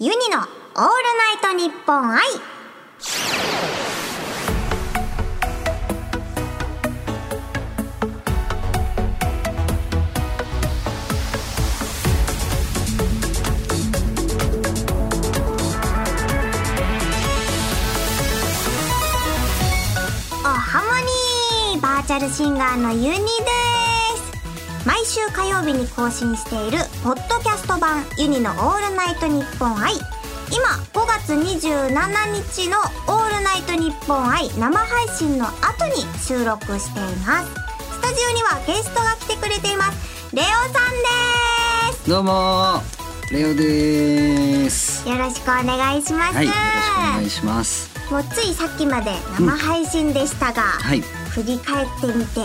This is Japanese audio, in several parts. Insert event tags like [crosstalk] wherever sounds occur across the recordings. ユニのオールナイトニッポン愛おハモニーバーチャルシンガーのユニです毎週火曜日に更新しているポッドキャスト版ユニのオールナイトニッポン愛今5月27日のオールナイトニッポン愛生配信の後に収録していますスタジオにはゲストが来てくれていますレオさんですどうもーレオですよろしくお願いします、はいよろしくお願いしますもうついさっきまで生配信でしたが、はい振り返ってみて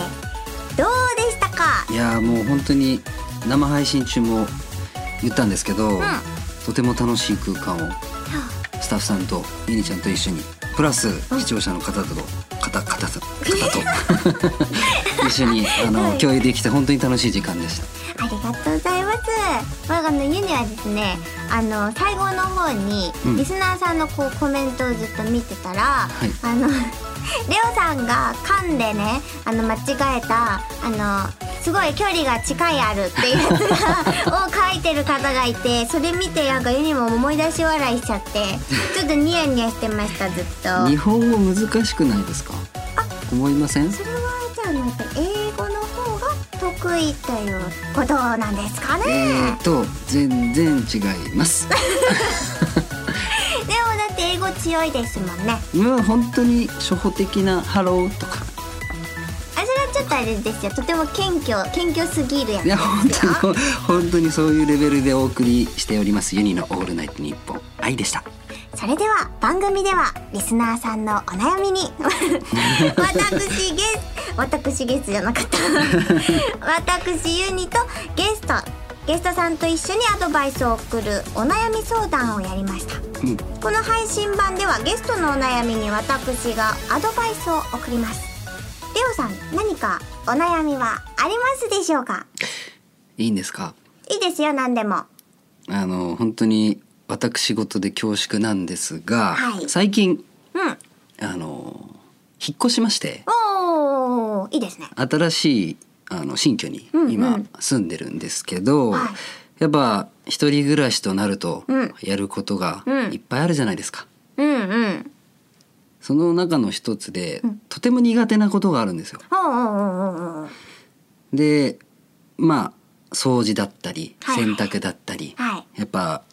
どうでしたかいやーもう本当に生配信中も言ったんですけど、んとても楽しい空間をスタッフさんとゆにちゃんと一緒にプラス視聴者の方と方方方と [laughs] 一緒にあの、はい共有できて本当に楽しい時間でしたありがとうございます我がのユニはですねあの最後の方にうんリスナーさんのこうコメントをずっと見てたら、いあの [laughs] レオさんが噛んでねあの間違えたあのすごい距離が近いあるっていうやつがを書いてる方がいてそれ見てなんかユニも思い出し笑いしちゃってちょっとニヤニヤしてましたずっと。 [laughs] 日本語難しくないですか思いませんそれはじゃあなんか英語の方が得意ということなんですかね、えーと全然違いますでもだって英語強いですもんねうん本当に初歩的なハローとかあそれはちょっとあれですよとても謙虚謙虚すぎるやついや本ですよ当に本当にそういうレベルでお送りしておりますユニのオールナイトニッポン愛でしたそれでは番組ではリスナーさんのお悩み [laughs] に私ゲス私ゲスじゃなかった [laughs] 私ユニとゲストゲストさんと一緒にアドバイスを送るお悩み相談をやりましたうんこの配信版ではゲストのお悩みに私がアドバイスを送りますレオさん何かお悩みはありますでしょうかいいんですかいいですよ何でもあの本当に私事で恐縮なんですが、はい最近うんあの引っ越しましておーいいですね新しいあの新居にうんうん今住んでるんですけど、はいやっぱ一人暮らしとなるとうんやることがうんいっぱいあるじゃないですか。うんうんその中の一つで、うんとても苦手なことがあるんですよ。おうおうおうおうおうでまあ掃除だったりはい洗濯だったり、はいやっぱ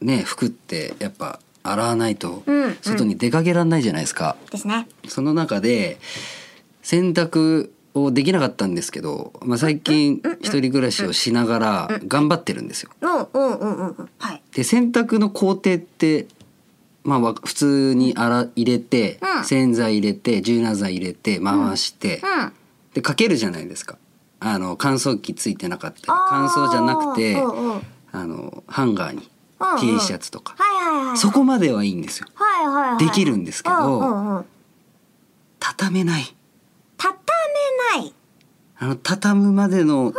ね服ってやっぱ洗わないとうんうん外に出かけられないじゃないですか、ですねその中で洗濯をできなかったんですけど、まあ、最近一人暮らしをしながら頑張ってるんですよ。おうおうおうおうおうはいで洗濯の工程ってまあわ普通に洗入れて、うん洗剤入れて柔軟剤入れて回して、 [laughs] うんでかけるじゃないですかあの乾燥機ついてなかったり乾燥じゃなくておうおうあのハンガーにうんうん T シャツとかはいはいはいそこまではいいんですよはいはいはいできるんですけどおうおうおう畳めない畳めないあの畳むまでの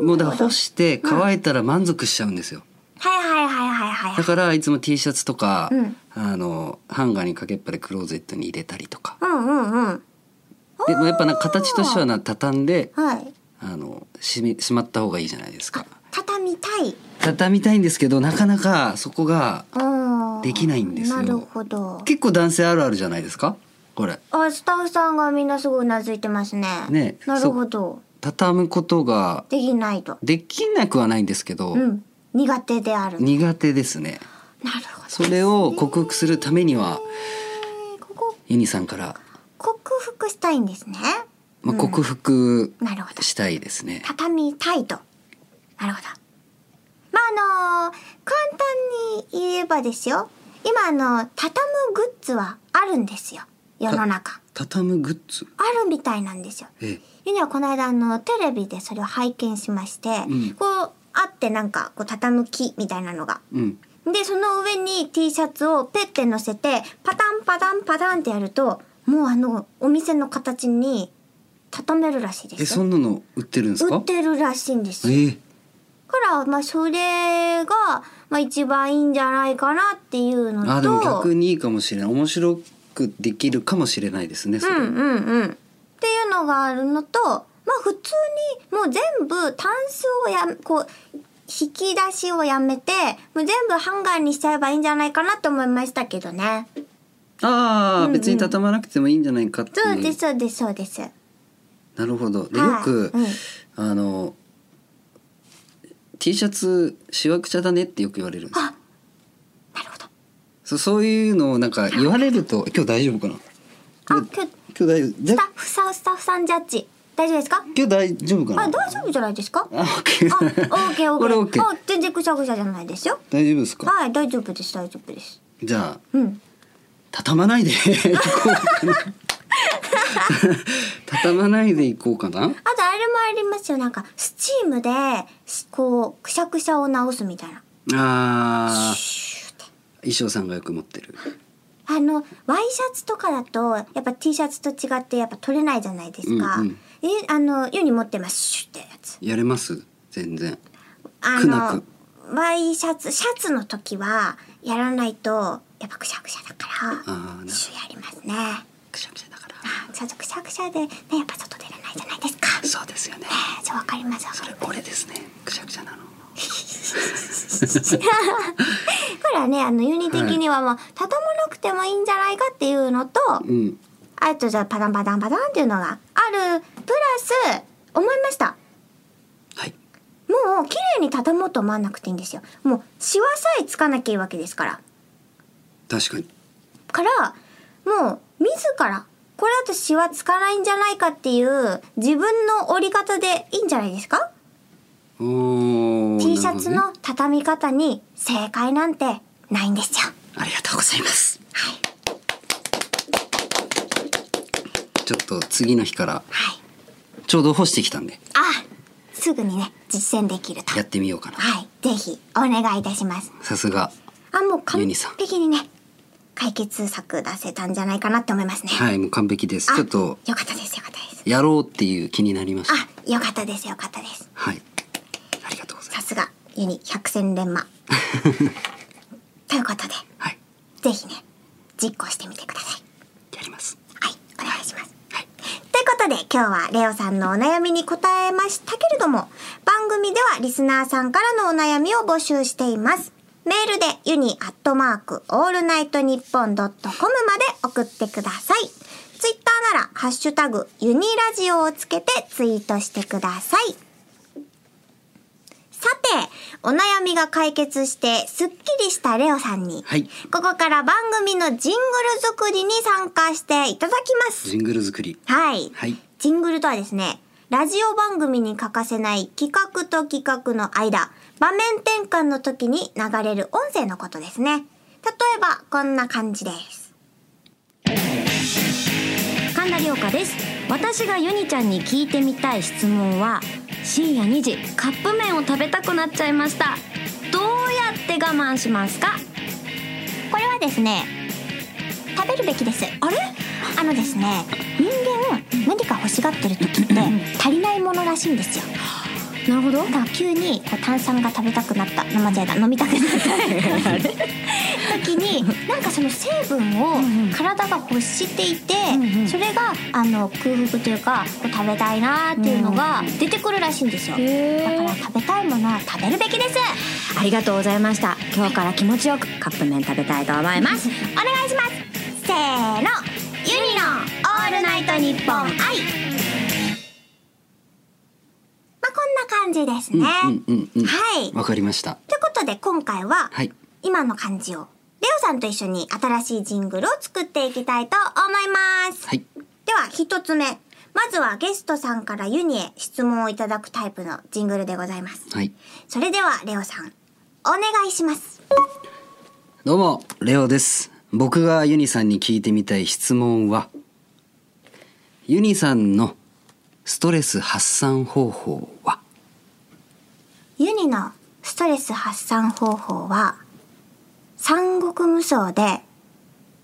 もうだから干してほど乾いたら満足しちゃうんですよはいはいはいはいはいはだいからいつも T シャツとか、うんあのハンガーにかけっぱでクローゼットに入れたりとかうんうんうんでもやっぱなんか形としてはな畳んではいあのしめしまった方がいいじゃないですか畳みたい畳みたいんですけどなかなかそこがうんできないんですよなるほど結構男性あるあるじゃないですかこれあスタッフさんがみんなすごいうなずいてますねねなるほど畳むことができないとできなくはないんですけど、うん苦手である苦手ですねなるほどそれを克服するためにはえーここユニさんから、克服したいんですねまあ、克服なるほどしたいですね、畳みたいとなるほどまああのー簡単に言えばですよ今あの畳むグッズはあるんですよ世の中畳むグッズあるみたいなんですよええユニはこの間あのテレビでそれを拝見しまして、うんこうあってなんかこう畳む木みたいなのがうんでその上に T シャツをペッて乗せてパタンパタンパタンってやるともうあのお店の形に畳めるらしいでえすよそんなの売ってるんです売かってるらしいんですよええから、まあ、それが、まあ、一番いいんじゃないかなっていうのと。あでも逆にいいかもしれない面白くできるかもしれないですねそれ、うんうんうん。っていうのがあるのと、まあ普通にもう全部タンスをやこう引き出しをやめて、もう全部ハンガーにしちゃえばいいんじゃないかなと思いましたけどね。ああ、別に畳まなくてもいいんじゃないかってそういですそうですそうです。なるほどでよはいく、うんあの T シャツしわくちゃだねってよく言われるんですあ、なるほど。そうそういうのをなんか言われると今日大丈夫かなあ、今日今日大丈夫じスゃタッフさんスタッフさんジャッジ大丈夫ですか？今日大丈夫かなあ、大丈夫じゃないですか？あ OK あ、オーケーオこれーケー。 OK あ、全然ぐしゃぐしゃじゃないですよ。大丈夫ですかはい、大丈夫です大丈夫です。じゃあうん。畳まないで [laughs] 行こうかな [laughs] 畳まないで行こうかなあとあれもありますよ。なんか、スチームで、しこう、くしゃくしゃを直すみたいな。あーシューって衣装さんがよく持ってるあの、ワイシャツとかだと、やっぱ T シャツと違って、やっぱ取れないじゃないですか。うんうんえ、あの、世に持ってます。シューってやつ。やれます全然あくなの、ワイシャツ、シャツの時は、やらないと、やっぱくしゃくしゃだかあーら、なシューやりますね。くしゃくしゃだからあちょっとくしゃくしゃで、ね、やっぱ外出れないじゃないですか。そうですよねえーそう、わかります、わかりますそれ俺ですねくしゃくしゃなのだからねあのユニ的にはもう畳まなくてもいいんじゃないかっていうのと、うんあとじゃあパタンパタンパタンっていうのがあるプラス思いましたはいもう綺麗に畳もうと思わなくていいんですよもうシワさえつかなきゃいいわけですから確かにからもう自らこれだとシワつかないんじゃないかっていう自分の折り方でいいんじゃないですかおー T シャツなるほどのね畳み方に正解なんてないんですよありがとうございますちょっと次の日からはいちょうど干してきたんであすぐにね実践できるとやってみようかなはいぜひお願いいたしますさすがあもう完ユニさん璧にね解決策出せたんじゃないかなって思いますね、はいもう完璧ですあちょっとよかったですよかったですやろうっていう気になりましたあよかったですよかったですはいありがとうございさますすがユニ百戦錬 [laughs] 磨ということではいぜひね実行してみてくださいやりますはいお願いしますはいということで今日はレオさんのお悩みに答えましたけれども番組ではリスナーさんからのお悩みを募集していますメールでユニアットマークオールナイトニッポンドットコムまで送ってくださいツイッターならハッシュタグユニラジオをつけてツイートしてくださいさてお悩みが解決してすっきりしたレオさんに、はいここから番組のジングル作りに参加していただきますジングル作りはい。はいジングルとはですね、ラジオ番組に欠かせない企画と企画の間、場面転換の時に流れる音声のことですね。例えば、こんな感じです。神田涼香です私がユニちゃんに聞いてみたい質問は深夜2時カップ麺を食べたくなっちゃいましたどうやって我慢しますかこれはですね、食べるべきです。あれあのですね、人間、何か欲しがってる時って、足りないものらしいんですよ。なるほどだから急にこう炭酸が食べたくなった飲まじゃだ飲みた [laughs] くなった時になんかその成分を体が欲していて、うんうんそれがあの空腹というかこう食べたいなーっていうのが出てくるらしいんですよ、へだーから食べたいものは食べるべきですありがとうございました今日から気持ちよくカップ麺食べたいと思いますお願いしますせーのユニのオールナイトニッポン愛まあこんな感じですね、うんうんうんうんはいわかりましたということで今回は、はい今の感じをレオさんと一緒に新しいジングルを作っていきたいと思います、はいでは一つ目まずはゲストさんからユニへ質問をいただくタイプのジングルでございますはいそれではレオさんお願いしますどうもレオです僕がユニさんに聞いてみたい質問はユニさんのストレス発散方法はユニのストレス発散方法は三国無双で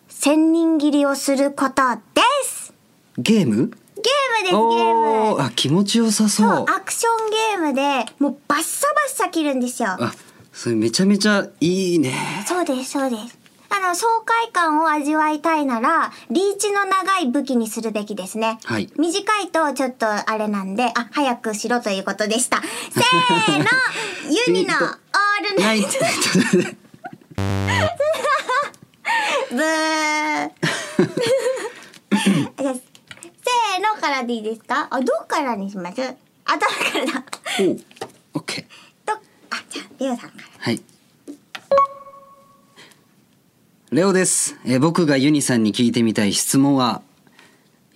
千人斬りをすることですゲーゲムームムですゲーおムーあ気持ちよさそそううアクションゲームでもうバッサバッサ切るんですよあそれめちゃめちゃいいねそうですそうですあの爽快感を味わいたいならリーチの長い武器にするべきですねはい短いとちょっとあれなんであ早くしろということでしたせーの [laughs] ユニのオールナなイいトブー [laughs] せーのからでいいですかあどっからにします頭からだ [laughs] おオッケーどっあじゃあリオさんかはいレオですえー僕がユニさんに聞いてみたい質問は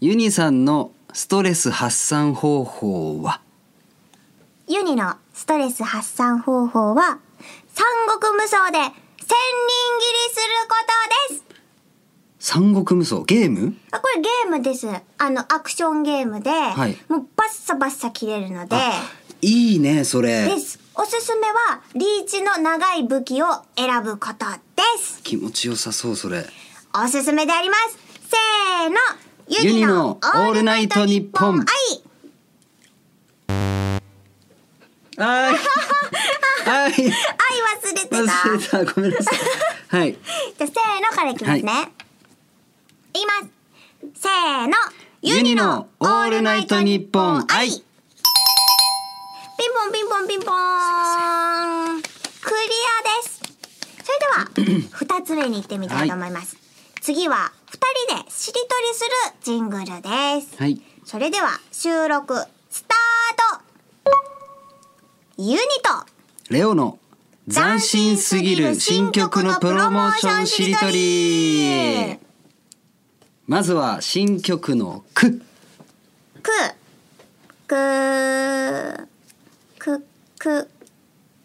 ユニさんのストレス発散方法はユニのストレス発散方法は、三国無双で千人切りすることです三国無双ゲームあ、これゲームです。あの、アクションゲームで、いもうバッサバッサ切れるので、いいねそれです。おすすめは、リーチの長い武器を選ぶことです。気持ちよさそうそれおすすめであります。せーの、ユニのオールナイトニッポンはい。はい [laughs] はいはい、忘れて [laughs] た。忘れたごめんなさいはいじゃあせーのからいきますね。言います。せーの。ユニのオールナイトニッポン愛ピンポンピンポンピンポーン。クリア [clears throat] です。それでは、二つ目に行ってみたいと思います。次は、二人でしりとりするジングルです。はいそれでは、収録、スタートユニとレオの斬新すぎる新曲のプロモーションしりとりまずは新曲の「くく、く、く、く、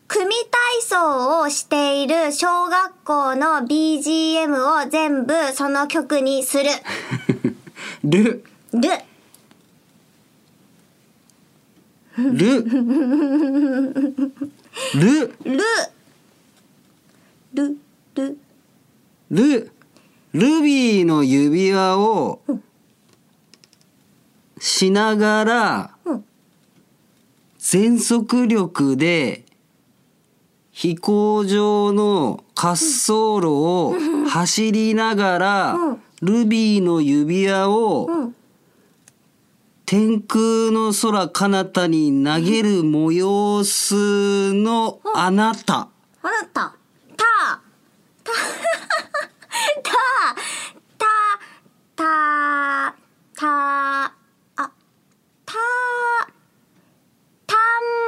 組体操をしている小学校の BGM を全部その曲にする。 「るる。」 「る」「る」る。る。る。 「る」「ルビーの指輪をしながらうん全速力で飛行場の滑走路を走りながらうんルビーの指輪をうん。天空の空彼方に投げる催すのあなたあなた。た。た。 [laughs] た。た。た。た。あ。た。田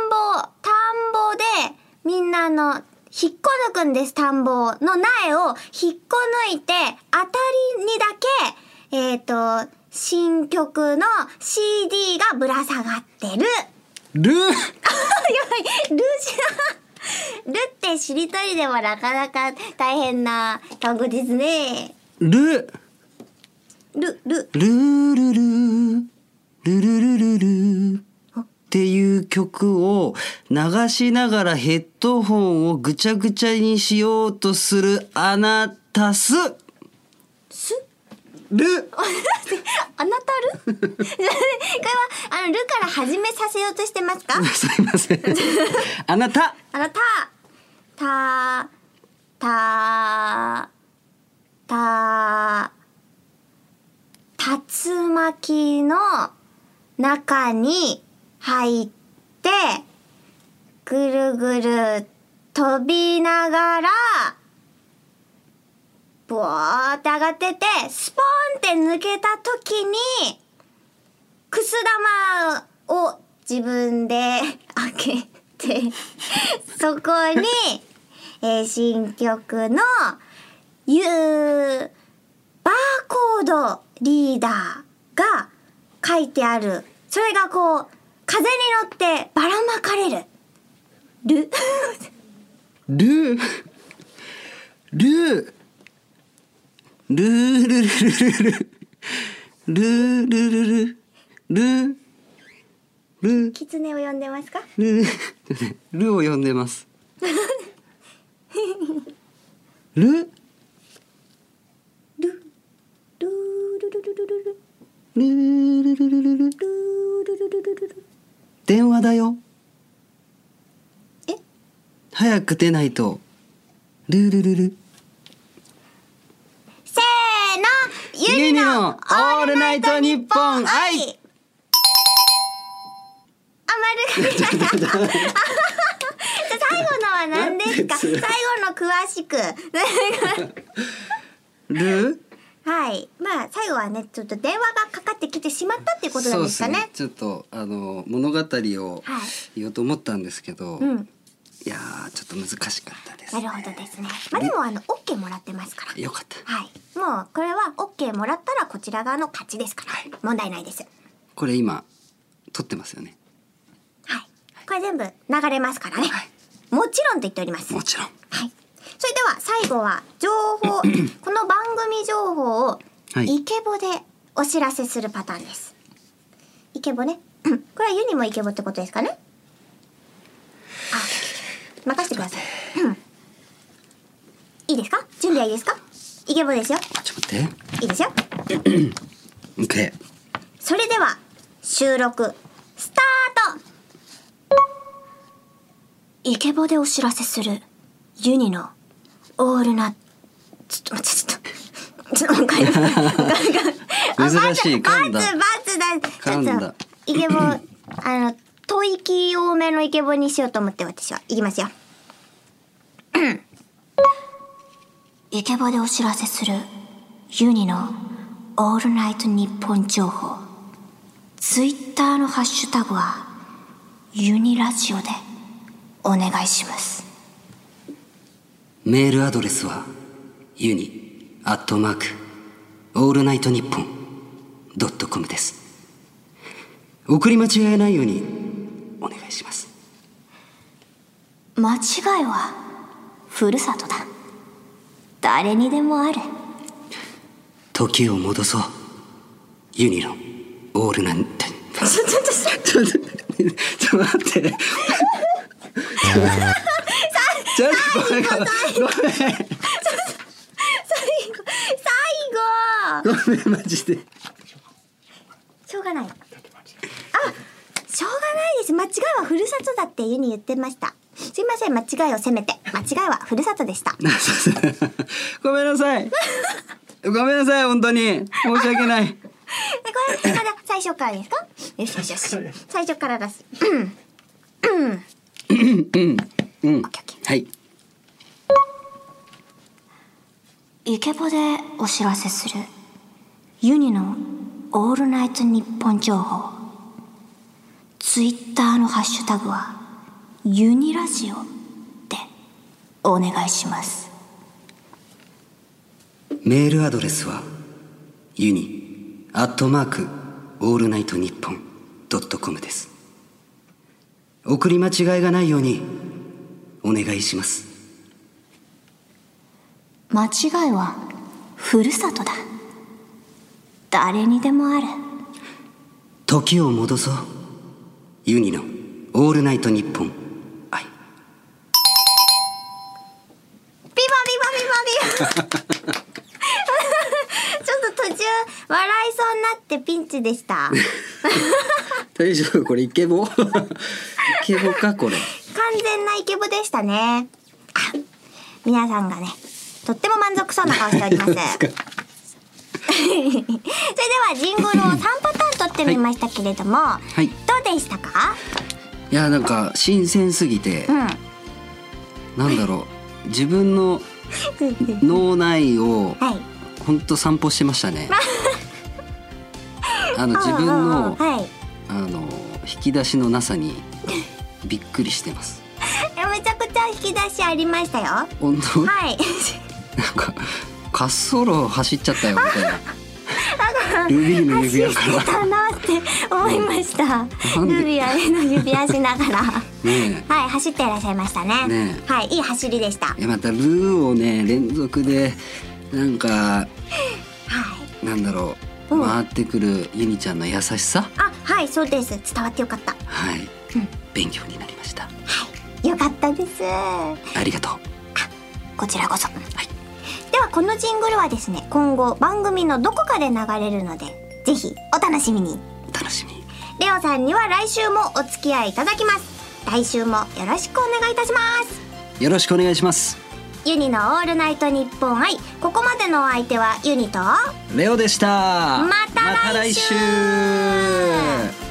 んぼ、田んぼで、みんなあの、引っこ抜くんです、田んぼをの苗を引っこ抜いて、当たりにだけ、えっ、と、新曲の CD がぶら下がってる。[laughs] ルルシャルってしりとりでもなかなか大変な単語ですね。ルル、ル、ルールルールルルルルーっていう曲を流しながらヘッドホンをぐちゃぐちゃにしようとするあなたすす、るあなたる [laughs] これは、あの、ルから始めさせようとしてますかすいませんあなたあの、た、た、た、た、竜巻の中に入って、ぐるぐる飛びながら、ぼーって上がってて、スポーンって抜けた時に、くす玉を自分で開けてそこに、えー新曲のゆうバーコードリーダーが書いてあるそれがこう風に乗ってばらまかれる。るルールールールルルルルルルルルルル狐を呼んでますかルルを呼んでます。 [laughs] ルルルルルルルルルルルルルルル電話だよえ早く出ないとルルルルせーの、ユユニニののオオーールルナナイイトトニニッッポポンン愛愛あまるじゃあ最後のは何ですかなん最で後の詳しく [laughs] ルはいまあ最後はねちょっと電話がかかってきてしまったっていうことなんですかねちょっとあの物語をはい言おうと思ったんですけど、うんいやーちょっと難しかったです、なるほどですねまあでもあの OK もらってますからよかったはいもうこれは OK もらったらこちら側の勝ちですから問題ないですこれ今撮ってますよねはいこれ全部流れますからねはいもちろんと言っておりますもちろんはい。それでは最後は情 [clears throat] 報この番組情報をはいイケボでお知らせするパターンです。イケボね。 [clears throat] うんこれはユニもイケボってことですかね。あ、任せてください。うん。いいですか？準備はいいですか？イケボですよ。あちょっと待っいいですよ。て OK それでは収録スタート。イケボでお知らせするユニのオールナちょっと待ってちょっとちょっともう一 [laughs] 回珍しい噛んだバツバツだ噛んだちょっとイケボ [clears throat] あの吐息多めのイケボにしようと思って私はいきますようん [clears throat] イケボでお知らせするユニのオールナイト日本情報ツイッターのハッシュタグはユニラジオでお願いしますメールアドレスはユニアットマークオールナイトニッポンドットコムです送り間違えないようにお願いします間違いはふるさとだ誰にでもある時を戻そうユニのオールナ [laughs] イトニッポンちょちょちょちょっとちょっと待ってちょっとごめんごめん最後ごめんマジでしょうがないあしょうがないです間違いはふるさとだってユニ言ってましたすいません間違いを責めて間違いはふるさとでしたあそうそうごめんなさいごめんなさい本当に申し訳ない [laughs] えこれまだ最初からですかよしよしよし最初からだしうんうんうんオッケーオッケはいイケボでお知らせするユニのオールナイトニッポン情報ツイッターのハッシュタグはユニラジオでお願いしますメールアドレスはユニアットマークオールナイトニッポンドットコムです送り間違いがないようにお願いします間違いはふるさとだ誰にでもある時を戻そうユニのオールナイトニッポン愛ビバビバビバ [laughs] ビバちょっと途中笑いそうになってピンチでした大丈夫これイケ [laughs] ボイケボかこれ完全なイケボでしたねあ皆さんがねとっても満足そうな顔してお [laughs] りますそれではジングルを3パターン取ってみましたけれども、いどうでしたかいやなんか新鮮すぎてう、んなんだろう自分の脳内を [laughs] はいほんと散歩してまし [laughs] たねあの自分うんうんうんのはいあの引き出しのなさにびっくりしてますめちゃくちゃ引き出しありましたよは本当なんいか滑走路走っちゃったよみたいなルビーの指輪か走ってたなって思いましたんでルビアの指輪しなが [laughs] ららねはい走っていらっしゃいましたねねはいいい走りでしたはえいやまたルーをね連続でなんかいなんだろううん回ってくるユニちゃんの優しさあはいそうです伝わってよかったはい、勉強になりましたよかったですありがとうこちらこそ、はい、ではこのジングルはですね今後番組のどこかで流れるのでぜひお楽しみに楽しみでレオさんには来週もお付き合いいただきます来週もよろしくお願いいたしますよろしくお願いしますユニのオールナイトニッポン愛ここまでのお相手はユニとレオでしたまた来週また来週